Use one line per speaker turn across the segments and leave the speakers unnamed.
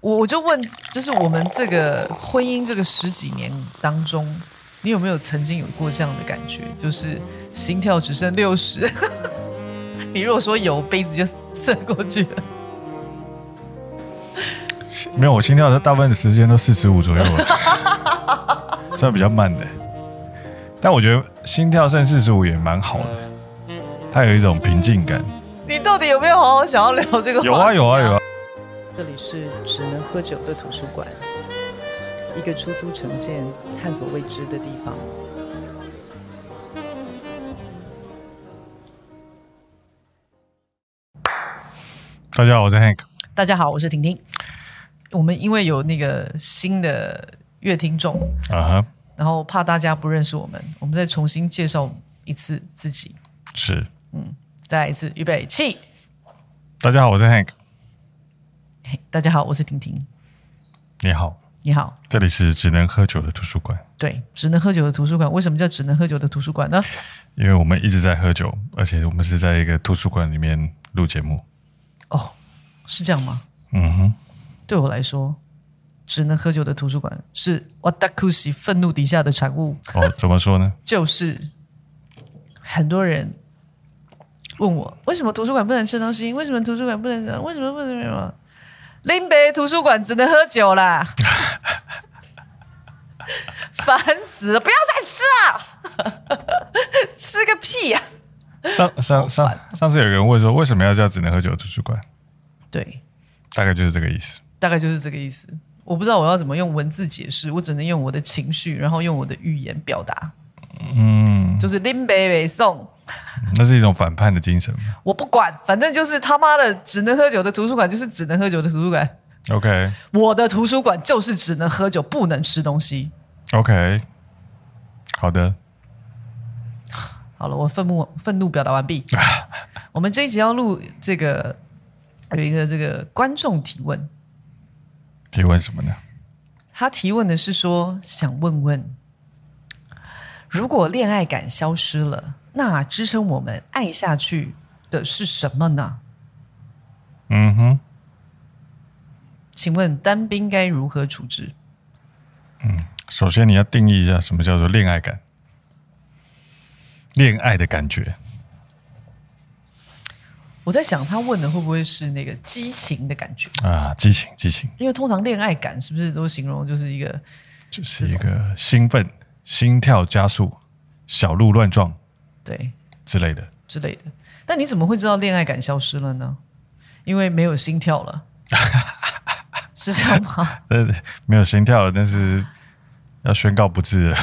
我我就问，就是我们这个婚姻这个十几年当中，你有没有曾经有过这样的感觉，就是心跳只剩六十？ 你如果说有，杯子就渗过去了。
没有，我心跳的大部分的时间都四十五左右了，算比较慢的。但我觉得心跳剩四十五也蛮好的，它有一种平静感。
你到底有没有好好想要聊这个话题？
有啊有啊有啊，
这里是只能喝酒的图书馆，一个出租城建探索未知的地方。
大家好，我是 Hank。
大家好，我是婷婷。我们因为有那个新的乐听众，
啊哈，
然后怕大家不认识我们，我们再重新介绍一次自己，
是。
再来一次，预备起。
大家好，我是 Hank。
嘿大家好，我是婷婷，
你好，
你好。
这里是只能喝酒的图书馆，
对，只能喝酒的图书馆，为什么叫只能喝酒的图书馆呢？
因为我们一直在喝酒，而且我们是在一个图书馆里面录节目。
哦，是这样吗？
嗯哼，
对我来说，只能喝酒的图书馆是 Watakushi 愤怒底下的产物，
哦，怎么说呢？
就是很多人问我为什么图书馆不能吃东西，为什么图书馆不能吃，为什么不能什么？林北图书馆只能喝酒啦， 烦死了！不要再吃了， 吃个屁啊呀、
上上上上次有人问说，为什么要叫只能喝酒的图书馆？
对，
大概就是这个意思。
大概就是这个意思。我不知道我要怎么用文字解释，我只能用我的情绪，然后用我的语言表达。嗯，就是林北北送。
那是一种反叛的精神。
我不管，反正就是他妈的只能喝酒的图书馆，就是只能喝酒的图书馆。
OK
我的图书馆就是只能喝酒，不能吃东西。
OK，好的，
好了，我愤怒愤怒表达完毕。我们这一集要录这个有一个这个观众提问，
提问什么呢？
他提问的是说想问问，如果恋爱感消失了，那支撑我们爱下去的是什么呢？
嗯哼，
请问单兵该如何处置？
首先你要定义一下什么叫做恋爱感，恋爱的感觉。
我在想，他问的会不会是那个激情的感觉？
啊，激情，激情，
因为通常恋爱感是不是都形容就是一个
就是一个兴奋、心跳加速、小鹿乱撞
对
之类的。
之类的？但你怎么会知道恋爱感消失了呢？因为没有心跳了，是这样吗？
呃，没有心跳了，但是要宣告不治了。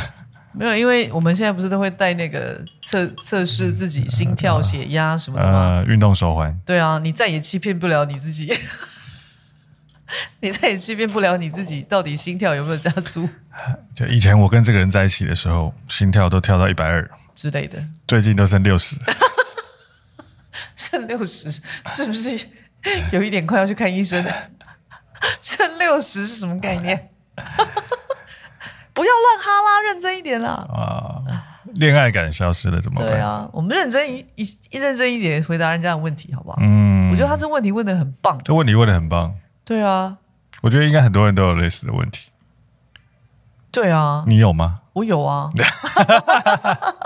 没有，因为我们现在不是都会带那个测测试自己心跳、血压什么的吗？
呃，运动手环，
对啊，你再也欺骗不了你自己， 你再也欺骗不了你自己，到底心跳有没有加速
就以前我跟这个人在一起的时候，心跳都跳到一百二，
之类的？
最近都剩六十。
剩六十是不是有一点快要去看医生？ 剩六十是什么概念？不要乱哈啦，认真一点啦。
啊，恋爱感消失了怎么
对
办？
啊，我们认真一一一认真一点回答人家的问题，好不好？
嗯，
我觉得他这问题问的很棒。
这问题问的很棒，
对啊，
我觉得应该很多人都有类似的问题，
对啊，
你有吗？
我有啊。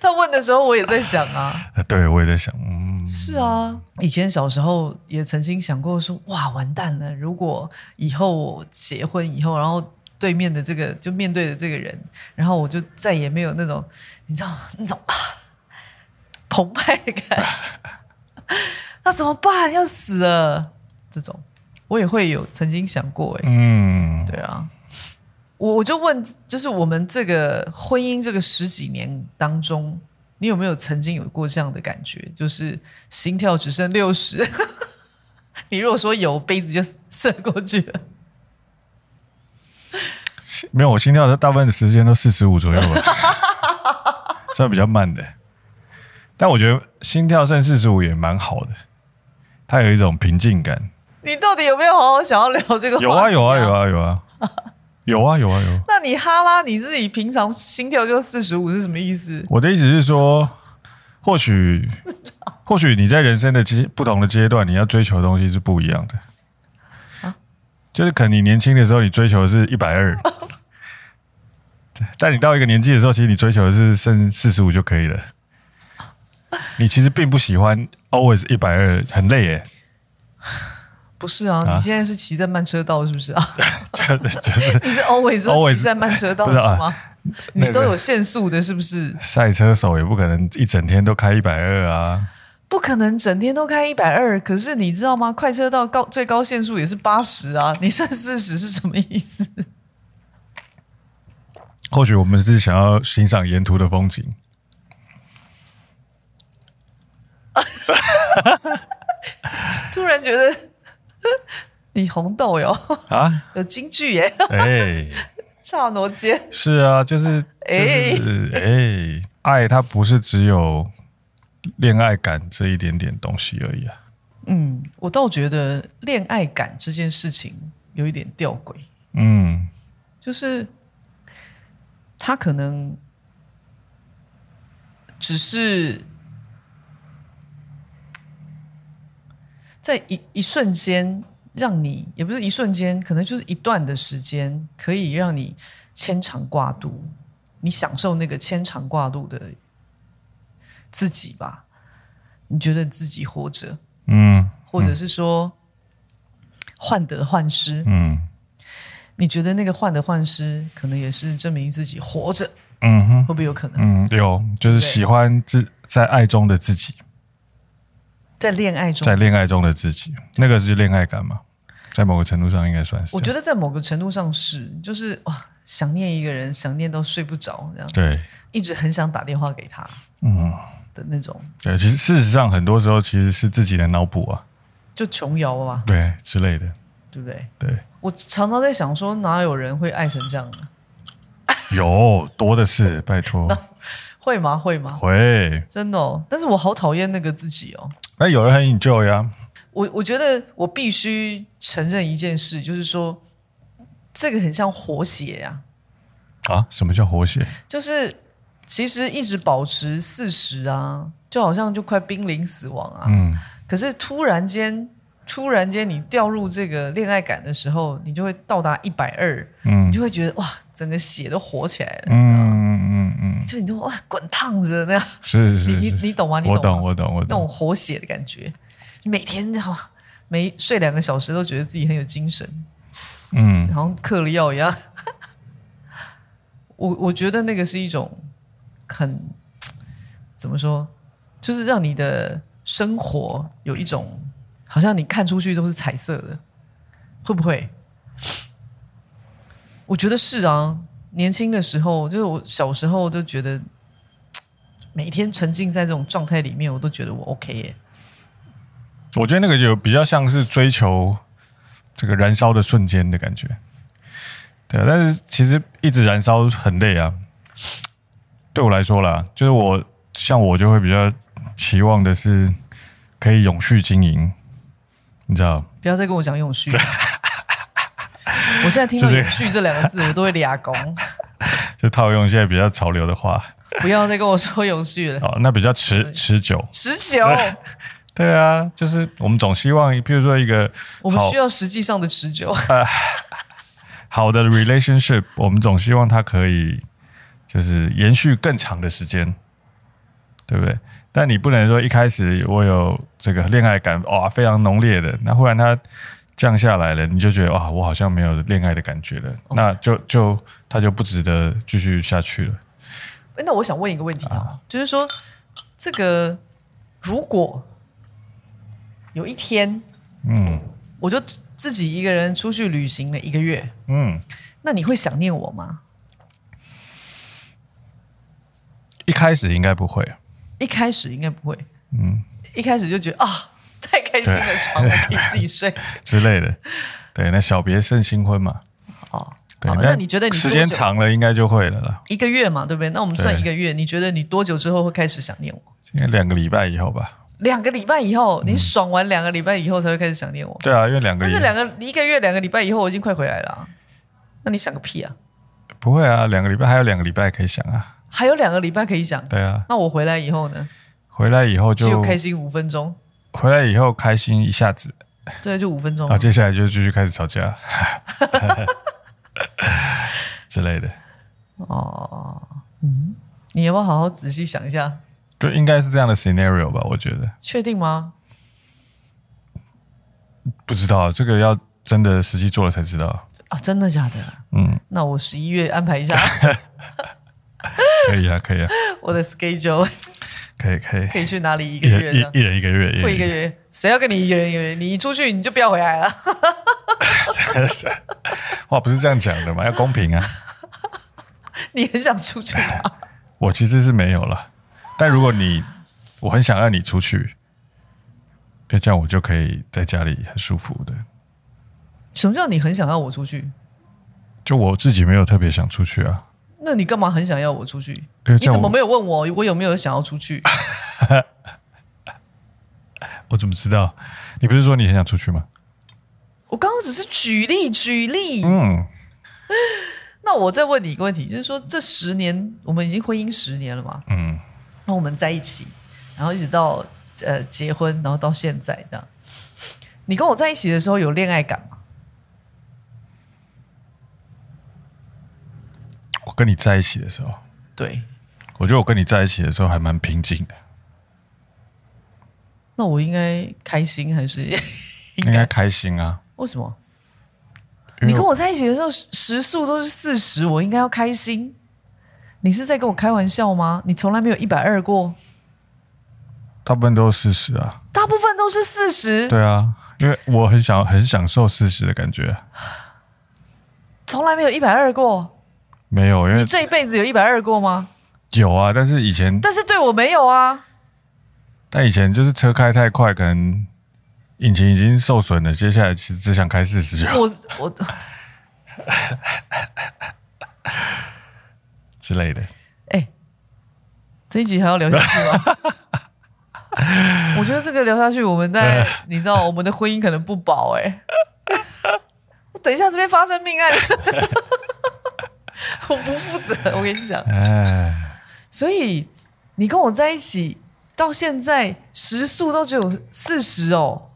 他问的时候，我也在想啊。
呃对，我也在想，嗯，
是啊，以前小时候也曾经想过说，哇，完蛋了！如果以后我结婚以后，然后对面的这个就面对的这个人，然后我就再也没有那种你知道那种 啊澎湃的感， 那怎么办？要死了！这种我也会有曾经想过、欸，
嗯，
对啊，我我就问，就是我们这个婚姻这个十几年当中，你有没有曾经有过这样的感觉，就是心跳只剩六十？ 你如果说有，杯子就渗过去了。
没有，我心跳的大部分的时间都四十五左右了， 算比较慢的，但我觉得心跳剩四十五也蛮好的，它有一种平 静感。
你到底有没有好好想要聊这个话题、
有啊，有啊，有
啊。
啊，有啊，有啊，有啊，有啊。
那你哈拉你自己平常心跳就四十五是什么意思？
我的意思是说，或许，
啊
或许你在人生的阶不同的阶段，你要追求的东西是不一样的。就是可能你年轻的时候你追求的是一百二，但你到一个年纪的时候，其实你追求的是剩四十五就可以了。你其实并不喜欢 always 一百二，很累耶，
不是啊，
啊
你现在是骑在慢车道是不是啊？
就 就是
你是 always 都
Always
骑在慢车道
不
是
是啊
吗？
那
你
个
都有限速的，是不是？
赛车手也不可能一整天都开一百二啊。
不可能整天都开一百二，可是你知道吗？快车道高最高限速也是八十啊，你剩四十是什么意思？
或许我们是想要欣赏沿途的风景，
突然觉得 你红豆哟，
啊，
有京剧耶，
哎、
刹那间
是啊，就是就是哎、爱它不是只有恋爱感这一点点东西而已啊。
嗯，我倒觉得恋爱感这件事情有一点吊诡，
嗯，
就是他可能只是呃在一一瞬间让你，也不是一瞬间，可能就是一段的时间，可以让你牵肠挂肚，你享受那个牵肠挂肚的自己吧。你觉得自己活着，
嗯
或者是说患得患失，
嗯
你觉得那个患得患失，可能也是证明自己活着，
嗯哼
会不会有可能？
嗯，有就
对
是喜欢自在爱中的自己，
在恋爱中，
在恋爱中的自己，那个是恋爱感嘛，在某个程度上应该算是这
我
样。
觉得在某个程度上是，就是哇，想念一个人，想念到睡不着，这样
对，
一直很想打电话给他
嗯，
的那种，
对，其实事实上很多时候其实是自己的脑补啊，
就琼瑶啊，
对之类的，
对不对？
对，
我常常在想说，哪有人会爱成这样呢？
有多的是，拜 托，
会吗？会吗？
会，
真的、哦，但是我好讨厌那个自己哦。
那哎有人很 enjoy 啊呀、
我我觉得我必须承认一件事，就是说，这个很像活血啊。
啊，啊，什么叫活血？
就是其实一直保持四十啊，就好像就快濒临死亡啊。
嗯
可是突然间，突然间你掉入这个恋爱感的时候，你就会到达一百二，你
嗯
就会觉得哇，整个血都活起来
嗯
了，
嗯嗯嗯，
就你都哇滚烫着那样。
是
你
是
你
是，
你懂吗？你
我
懂
懂
吗
我懂我
那种
懂，
活血的感觉，你每天哈。没睡两个小时都觉得自己很有精神，
嗯，
好像嗑了药一样。 我我觉得那个是一种很怎么说，就是让你的生活有一种好像你看出去都是彩色的，会不会？我觉得是啊，年轻的时候，就是我小时候就觉得每天沉浸在这种状态里面，我都觉得我 OK 耶、
我觉得那个就比较像是追求这个燃烧的瞬间的感觉，对啊，但是其实一直燃烧很累啊，对我来说啦，就是我像我就会比较期望的是可以永续经营，你知道，
不要再跟我讲永续。 我现在听到“
是这
永
个
续”这两个字，我都会俩拱。
就套用现在比较潮流的话，
不要再跟我说永续了。
哦，那比较持持久，
持久，
哎对啊，就是我们总希望，譬如说一个
我们
好
需要实际上的持久。
好的 relationship，我们总希望它可以就是延续更长的时间，对不对？但你不能说一开始我有这个恋爱感哇、非常浓烈的，那忽然它降下来了，你就觉得哇我好像没有恋爱的感觉了，
哦
那就就它就不值得继续下去了。
诶哎那我想问一个问题啊，就是说，这个如果有一天
嗯
我就自己一个人出去旅行了一个月，
嗯，
那你会想念我吗？
一开始应该不会，
一开始应该不会，
嗯
一开始就觉得啊，太开心了，床我可以自己睡。
之类的。对，那小别胜新婚嘛。
哦，
对
好，，那
但
你觉得你
时
多
间
久
长了应该就会了啦，
一个月嘛，对不对？那我们算
对
一个月，你觉得你多久之后会开始想念我？
应该两个礼拜以后吧。
两个礼拜以后，你爽完两个礼拜以后才会开始想念我。
对啊，因为嗯两个
但
礼
是两个一个月、两个礼拜以后，我已经快回来了啊、那你想个屁啊！
不会啊，两个礼拜还有两个礼拜可以想啊。
还有两个礼拜可以想。
对啊，
那我回来以后呢？
回来以后
只有
就
开心五分钟。
回来以后开心一下子，
对，就五分钟
然后。接下来啊就继续开始吵 架之类的，
哦，嗯，你要不要好好仔细想一下？
就应该是这样的 scenario 吧？我觉得
确定吗？
不知道这个要真的实际做了才知 道。
啊，真的假的？
嗯，
那我十一月安排一下
可以啊，可以啊，
我的 schedule，
可以可以，
可以去哪里一
一
个月
人
这
一
样？
一人一个月，人
会一个月，谁要跟你一个人一个月？你一出去你就不要回来了。
话不是这样讲的嘛，要公平啊。
你很想出去 吧？
我其实是没有了，但如果你，我很想让你出去，因为这样我就可以在家里很舒服的。
什么叫你很想要我出去？
就我自己没有特别想出去啊，
那你干嘛很想要我出去？
因为
你
这样
怎么
我
没有问我我有没有想要出去？
我怎么知道？你不是说你很想出去吗？
我刚刚只是举例举例。
嗯，
那我再问你一个问题，就是说这十年我们已经婚姻十年了嘛？
嗯，
那我们在一起，然后一直到呃结婚，然后到现在这样。你跟我在一起的时候有恋爱感吗？
我跟你在一起的时候，
对，
我觉得我跟你在一起的时候还蛮平静的，
那我应该开心还是
应该开心啊。
为什么？
因
你
为
跟
我
我在一起的时候时时速都是四十，我应该要开心。你是在跟我开玩笑吗？你从来没有一百二过，
大部分都是事实啊，
大部分都是四十，
对啊，因为我很想很享受事实的感觉啊，
从来没有一百二过。
没有，因为
你这一辈子有一百二过吗？
有啊，但是以前
但是对我没有啊。
但以前就是车开太快，可能引擎已经受损了，接下来其实只想开四十就
我我
之类的。
哎、这一集还要聊下去吗？我觉得这个聊下去，我们在你知道，我们的婚姻可能不保哎、我等一下这边发生命案，我不负责，我跟你讲。
哎，
所以你跟我在一起到现在时速都只有四十哦，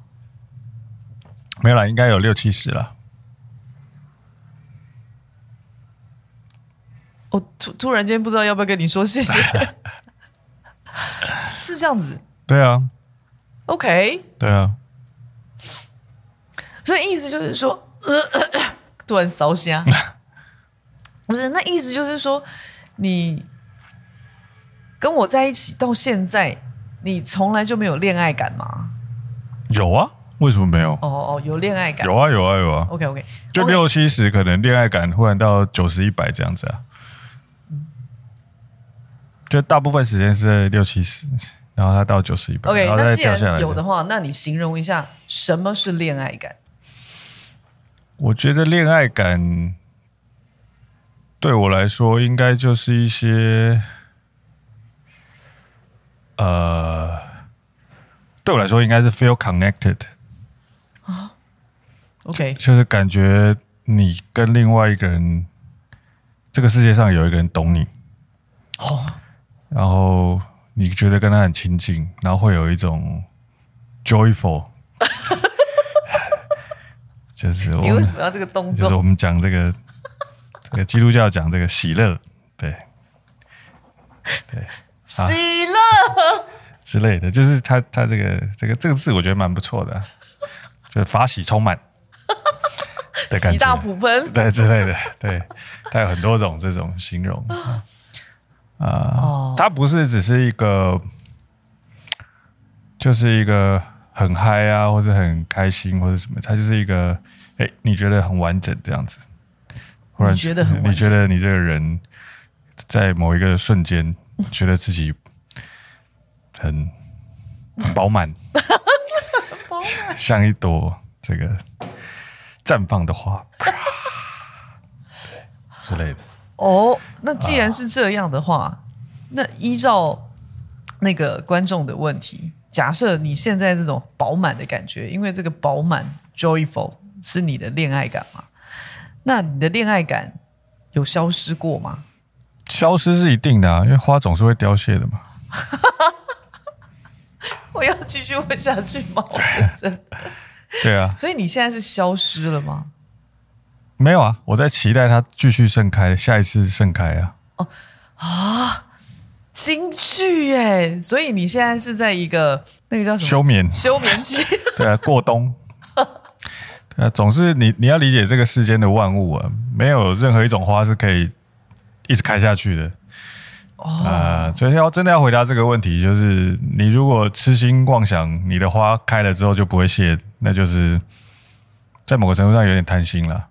没有啦，应该有六七十啦。
我突突然间不知道要不要跟你说谢谢，是这样子
对啊，
，OK。
对啊，
所以意思就是说，呃、突然烧 瞎，不是？那意思就是说，你跟我在一起到现在，你从来就没有恋爱感吗？
有啊，为什么没有？
哦哦，有恋爱感。
有啊，有啊，有啊，
OK OK，
就六七十，可能恋爱感忽然到九十一百这样子啊。就大部分时间是六七十，然后它到九十一百，
OK，
然后
那
再
既
掉下来
然
这
有
样。
的话，那你形容一下什么是恋爱感？
我觉得恋爱感对我来说，应该就是一些，呃，对我来说应该是 feel connected，
OK，
就是感觉你跟另外一个人，这个世界上有一个人懂你，
哦，
然后你觉得跟他很亲近，然后会有一种 joyful，就是我
你为
们
什么要这个动
就是
作？
我们讲这个这个基督教讲这个喜乐，对啊
喜乐，
之类的，就是他他这个这个这个字，我觉得蛮不错的啊，就是法喜充满的感
喜大
觉，
普奔。
对之类的，对，它有很多种这种形容啊，
哦，
它不是只是一个，就是一个很嗨啊，或者很开心或者什么，它就是一个，哎，你觉得很完整这样子，忽然
你觉得很完整
你觉得你这个人在某一个瞬间，觉得自己很 饱满，像一朵这个绽放的花，啪对之类的。
哦，那既然是这样的话，那依照那个观众的问题，假设你现在这种饱满的感觉，因为这个饱满 （joyful） 是你的恋爱感嘛？那你的恋爱感有消失过吗？
消失是一定的啊，因为花总是会凋谢的嘛。
我要继续问下去吗？我认真
对啊，
所以你现在是消失了吗？
没有啊，我在期待它继续盛开，下一次盛开啊。
新剧耶，所以你现在是在一个那个叫什么
休眠
休眠期，
对啊，过冬。对啊，总是你你要理解这个世间的万物啊，没有任何一种花是可以一直开下去的。哦、所以要真的要回答这个问题，就是你如果痴心妄想你的花开了之后就不会谢，那就是在某个程度上有点贪心了。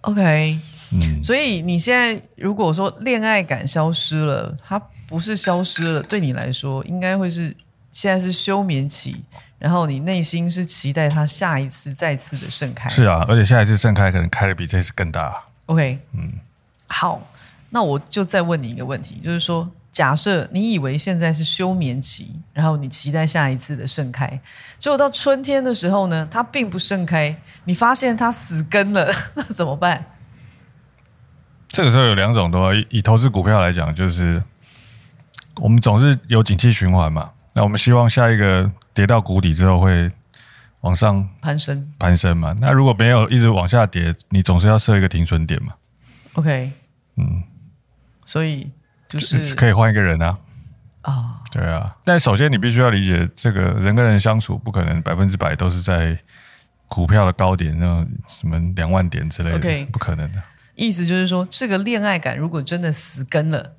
OK，
嗯，
所以你现在如果说恋爱感消失了，它不是消失了，对你来说应该会是现在是休眠期，然后你内心是期待它下一次再次的盛开。
是啊，而且下一次盛开可能开的比这次更大。
OK，
嗯，
好，那我就再问你一个问题，就是说，假设你以为现在是休眠期，然后你期待下一次的盛开，结果到春天的时候呢，它并不盛开，你发现它死根了， 那怎么办？
这个时候有两种都要，以以投资股票来讲，就是我们总是有景气循环嘛，那我们希望下一个跌到谷底之后会往上
攀升
攀升嘛。那如果没有一直往下跌，你总是要设一个停损点嘛，
，OK，
嗯，
所以就
就是可以换一个人啊，
啊，
对啊。但首先你必须要理解，这个人跟人相处不可能百分之百都是在股票的高点，那种什么两万点之类的
OK
不可能的。
意思就是说，这个恋爱感如果真的死根了，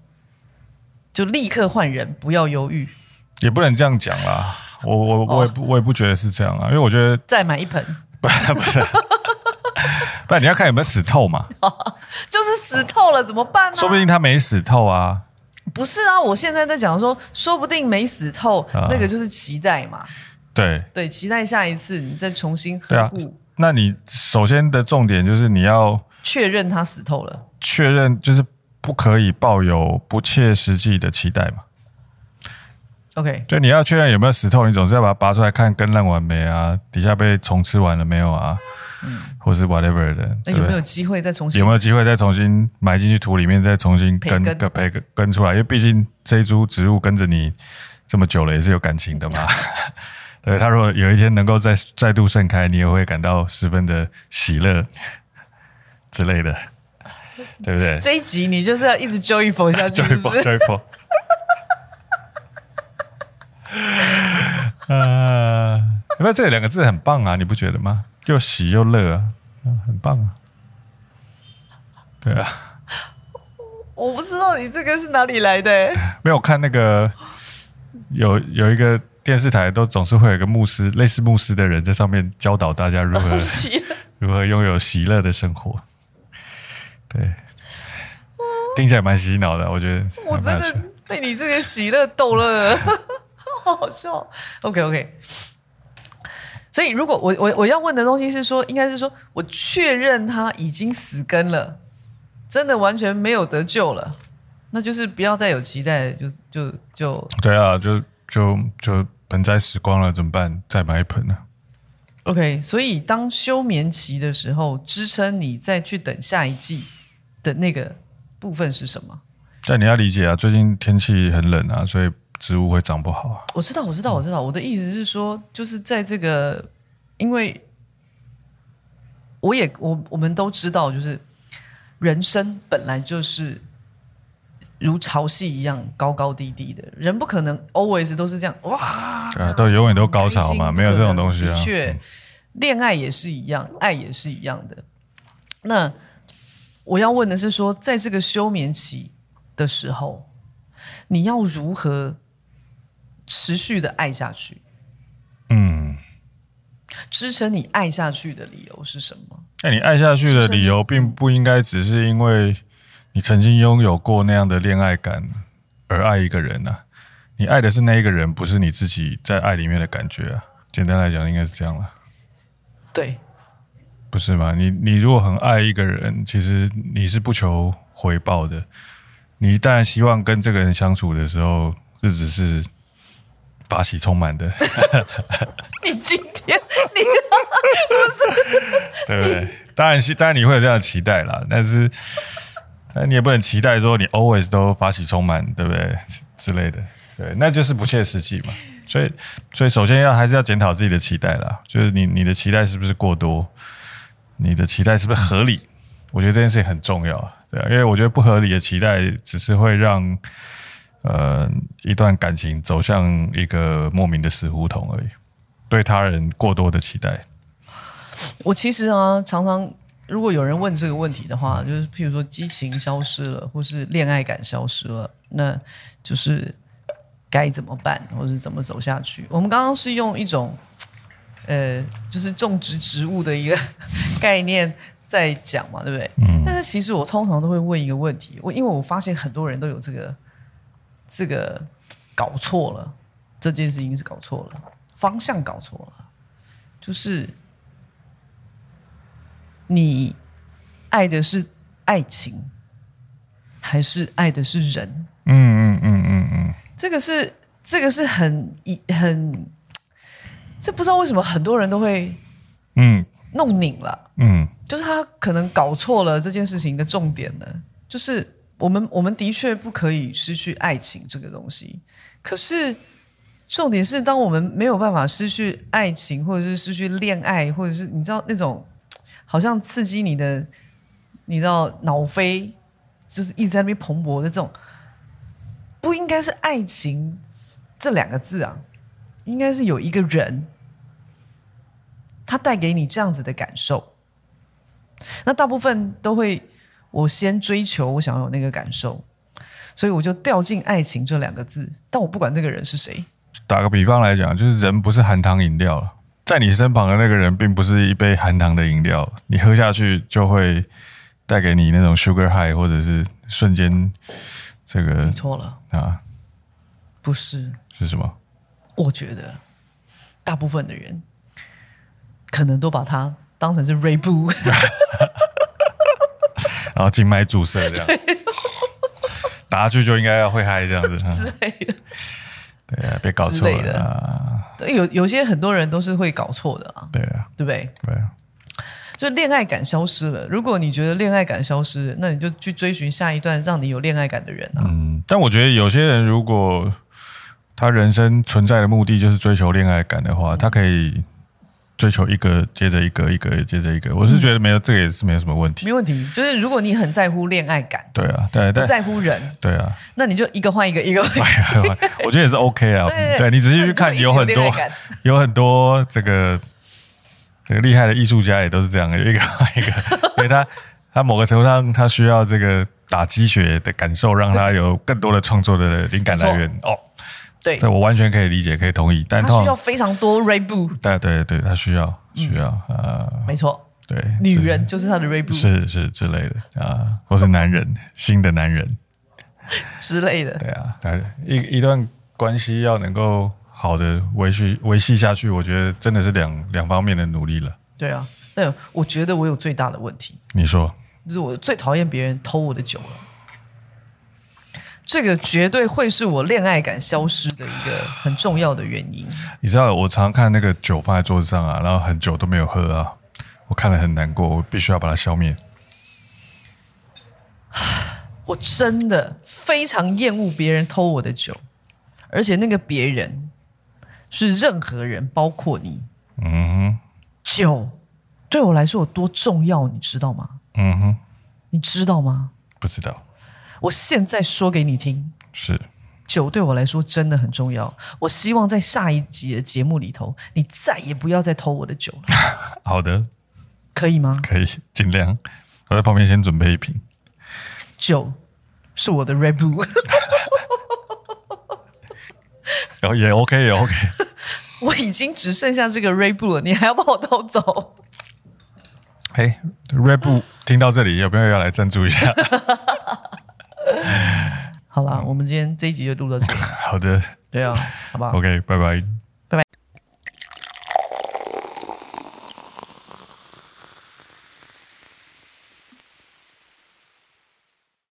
就立刻换人，不要犹豫，
也不能这样讲啦，我我我也不我也不觉得是这样啊，因为我觉得
再买一盆，
不是、啊，不然你要看有没有死透嘛，
啊就是死透了，怎么办呢、
说不定他没死透啊。
不是啊，我现在在讲说，说不定没死透，
啊
那个就是期待嘛。
对
对，期待下一次你再重新
对
呵
啊
护，，
那你首先的重点就是你要
确认他死透了。
确认，就是不可以抱有不切实际的期待嘛。
OK，
就你要确认有没有死透，你总是要把它拔出来看根烂完没啊，底下被虫吃完了没有啊，或是 whatever 的，
嗯那
对
哎有
不
没
对？
有机会再重新？
有没有机会再重新埋进去土里面，再重新
培
根
根
个培根根出来？因为毕竟这一株植物跟着你这么久了，也是有感情的 嘛。对，它如果有一天能够再再度盛开，你也会感到十分的喜乐之类的，对不 对
这一集你就是要一直 joyful 下去，是 不是？
？joyful，joyful。呃，因为这两个字很棒啊，你不觉得吗？又喜又乐啊，嗯很棒啊。对啊。
我不知道你这个是哪里来的、 欸。
没有我看那个有有一个电视台，都总是会有一个牧师，类似牧师的人在上面教导大家
哦
如何
喜
如何拥有喜乐的生活。对，听起来蛮洗脑的，我觉得
我
还蛮
真
有趣
的被你这个喜乐逗乐了， 好好笑。OK OK。所以，如果我我我要问的东西是说，应该是说我确认他已经死根了，真的完全没有得救了，那就是不要再有期待，就就就
对啊，就就就盆栽死光了怎么办？再买一盆呢、啊？
OK。所以，当休眠期的时候，支撑你再去等下一季的那个部分是什么？
但你要理解啊，最近天气很冷啊，所以植物会长不好啊。
我知道，我知道，我知道。我的意思是说，就是在这个，因为我也我我们都知道，就是人生本来就是如潮汐一样高高低低的，人不可能 always 都是这样哇，
对啊，都永远都高潮嘛，
很开心
没有这种东西啊
的。确
嗯，
恋爱也是一样，爱也是一样的。那我要问的是说，在这个休眠期的时候，你要如何持续的爱下去？
嗯，
支撑你爱下去的理由是什么？
那哎你爱下去的理由，并不应该只是因为你曾经拥有过那样的恋爱感而爱一个人啊。你爱的是那一个人，不是你自己在爱里面的感觉啊。简单来讲，应该是这样了，
对，
不是吗？你你如果很爱一个人，其实你是不求回报的。你当然希望跟这个人相处的时候，日子是法喜充满的，
你今天你
对不对？当然是，当然你会有这样的期待啦，但是，但你也不能期待说你 always 都发起充满，对不对？之类的，对，那就是不切实际嘛。所以所以首先要还是要检讨自己的期待啦，就是你你的期待是不是过多，你的期待是不是合理？我觉得这件事情很重要，对啊，因为我觉得不合理的期待只是会让呃一段感情走向一个莫名的死胡同而已。对他人过多的期待，
我其实啊，常常如果有人问这个问题的话，就是譬如说激情消失了，或是恋爱感消失了，那就是该怎么办，或是怎么走下去？我们刚刚是用一种呃，就是种植植物的一个 概念在讲嘛，对不对？
嗯
但是其实我通常都会问一个问题，我因为我发现很多人都有这个这个搞错了，这件事情是搞错了，方向搞错了，就是你爱的是爱情，还是爱的是人？
嗯嗯嗯嗯嗯，
这个是这个是很一很，这不知道为什么很多人都会
嗯
弄拧了。
嗯
就是他可能搞错了这件事情的重点呢，就是我们我们的确不可以失去爱情这个东西，可是重点是，当我们没有办法失去爱情，或者是失去恋爱，或者是你知道那种好像刺激你的，你知道脑飞就是一直在那边蓬勃的这种，不应该是爱情这两个字啊，应该是有一个人，他带给你这样子的感受。那大部分都会，我先追求我想要有那个感受，所以我就掉进爱情这两个字，但我不管那个人是谁。
打个比方来讲，就是人不是含糖饮料了，在你身旁的那个人并不是一杯含糖的饮料，你喝下去就会带给你那种 sugar high，或者是瞬间这个
你错了，
啊
不是，
是什么？
我觉得大部分的人可能都把它当成是 r a b o
然后静脉注射 这样，打下去就应该要会嗨这样子，啊
之类的。
对啊，别搞
之
错
类
了
的
啊，
对，有有些很多人都是会搞错的啊，
对啊，
对不对？
对啊，
就恋爱感消失了。如果你觉得恋爱感消失了，那你就去追寻下一段让你有恋爱感的人啊。
嗯，但我觉得有些人如果他人生存在的目的就是追求恋爱感的话，他可以追求一个接着一个，一个接着一个。我是觉得没有，这个也是没有什么问题。
没问题，就是如果你很在乎恋爱感，
对啊，对
不
对
在乎人，
对啊，
那你就一个换一个，一个换一个。
我觉得也是 OK 啊。嗯对你仔细去看，有很多有很多这个这个厉害的艺术家也都是这样，有一个一个，所以他他某个程度上他需要这个打鸡血的感受，让他有更多的创作的灵感来源。哦，
对，
这我完全可以理解，可以同意。但
他
通
需要
常
非常多 r e b o
对对对，他需要需要呃，
没错，
对，
女
之
人就是他的 r e b o
是是之类的啊，或是男人新的男人，
之类的。
对啊，对一一段关系要能够好的维续维系下去，我觉得真的是两两方面的努力了。
对啊，但我觉得我有最大的问题，
你说，
就是我最讨厌别人偷我的酒了。这个绝对会是我恋爱感消失的一个很重要的原因。
你知道我常看那个酒放在桌子上啊，然后很久都没有喝啊，我看了很难过，我必须要把它消灭。
我真的非常厌恶别人偷我的酒，而且那个别人是任何人，包括你。
嗯哼，
酒对我来说有多重要，你知道吗？
嗯哼，
你知道吗？
不知道，
我现在说给你听，
是
酒对我来说真的很重要。我希望在下一集的节目里头，你再也不要再偷我的酒了，
好的，
可以吗？
可以尽量。我在旁边先准备一瓶。
酒是我的 r e b o
然后哦也 OK 也 OK，
我已经只剩下这个 r e b o 了，你还要把我偷走？
哎，Red Bull 听到这里有没有要来赞助一下？
好啦，我们今天这一集就录到这里。
好的
对啊，好不好？
，OK，拜拜。